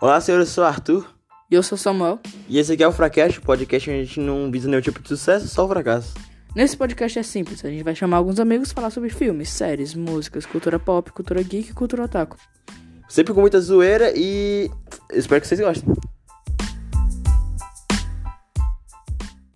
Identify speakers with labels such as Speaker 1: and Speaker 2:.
Speaker 1: Olá, senhor, eu sou o Arthur.
Speaker 2: E eu sou Samuel.
Speaker 1: E esse aqui é o Fracast, o podcast onde a gente não visa nenhum tipo de sucesso, só o fracasso.
Speaker 2: Nesse podcast é simples, a gente vai chamar alguns amigos e falar sobre filmes, séries, músicas, cultura pop, cultura geek e cultura otaku.
Speaker 1: Sempre com muita zoeira e espero que vocês gostem.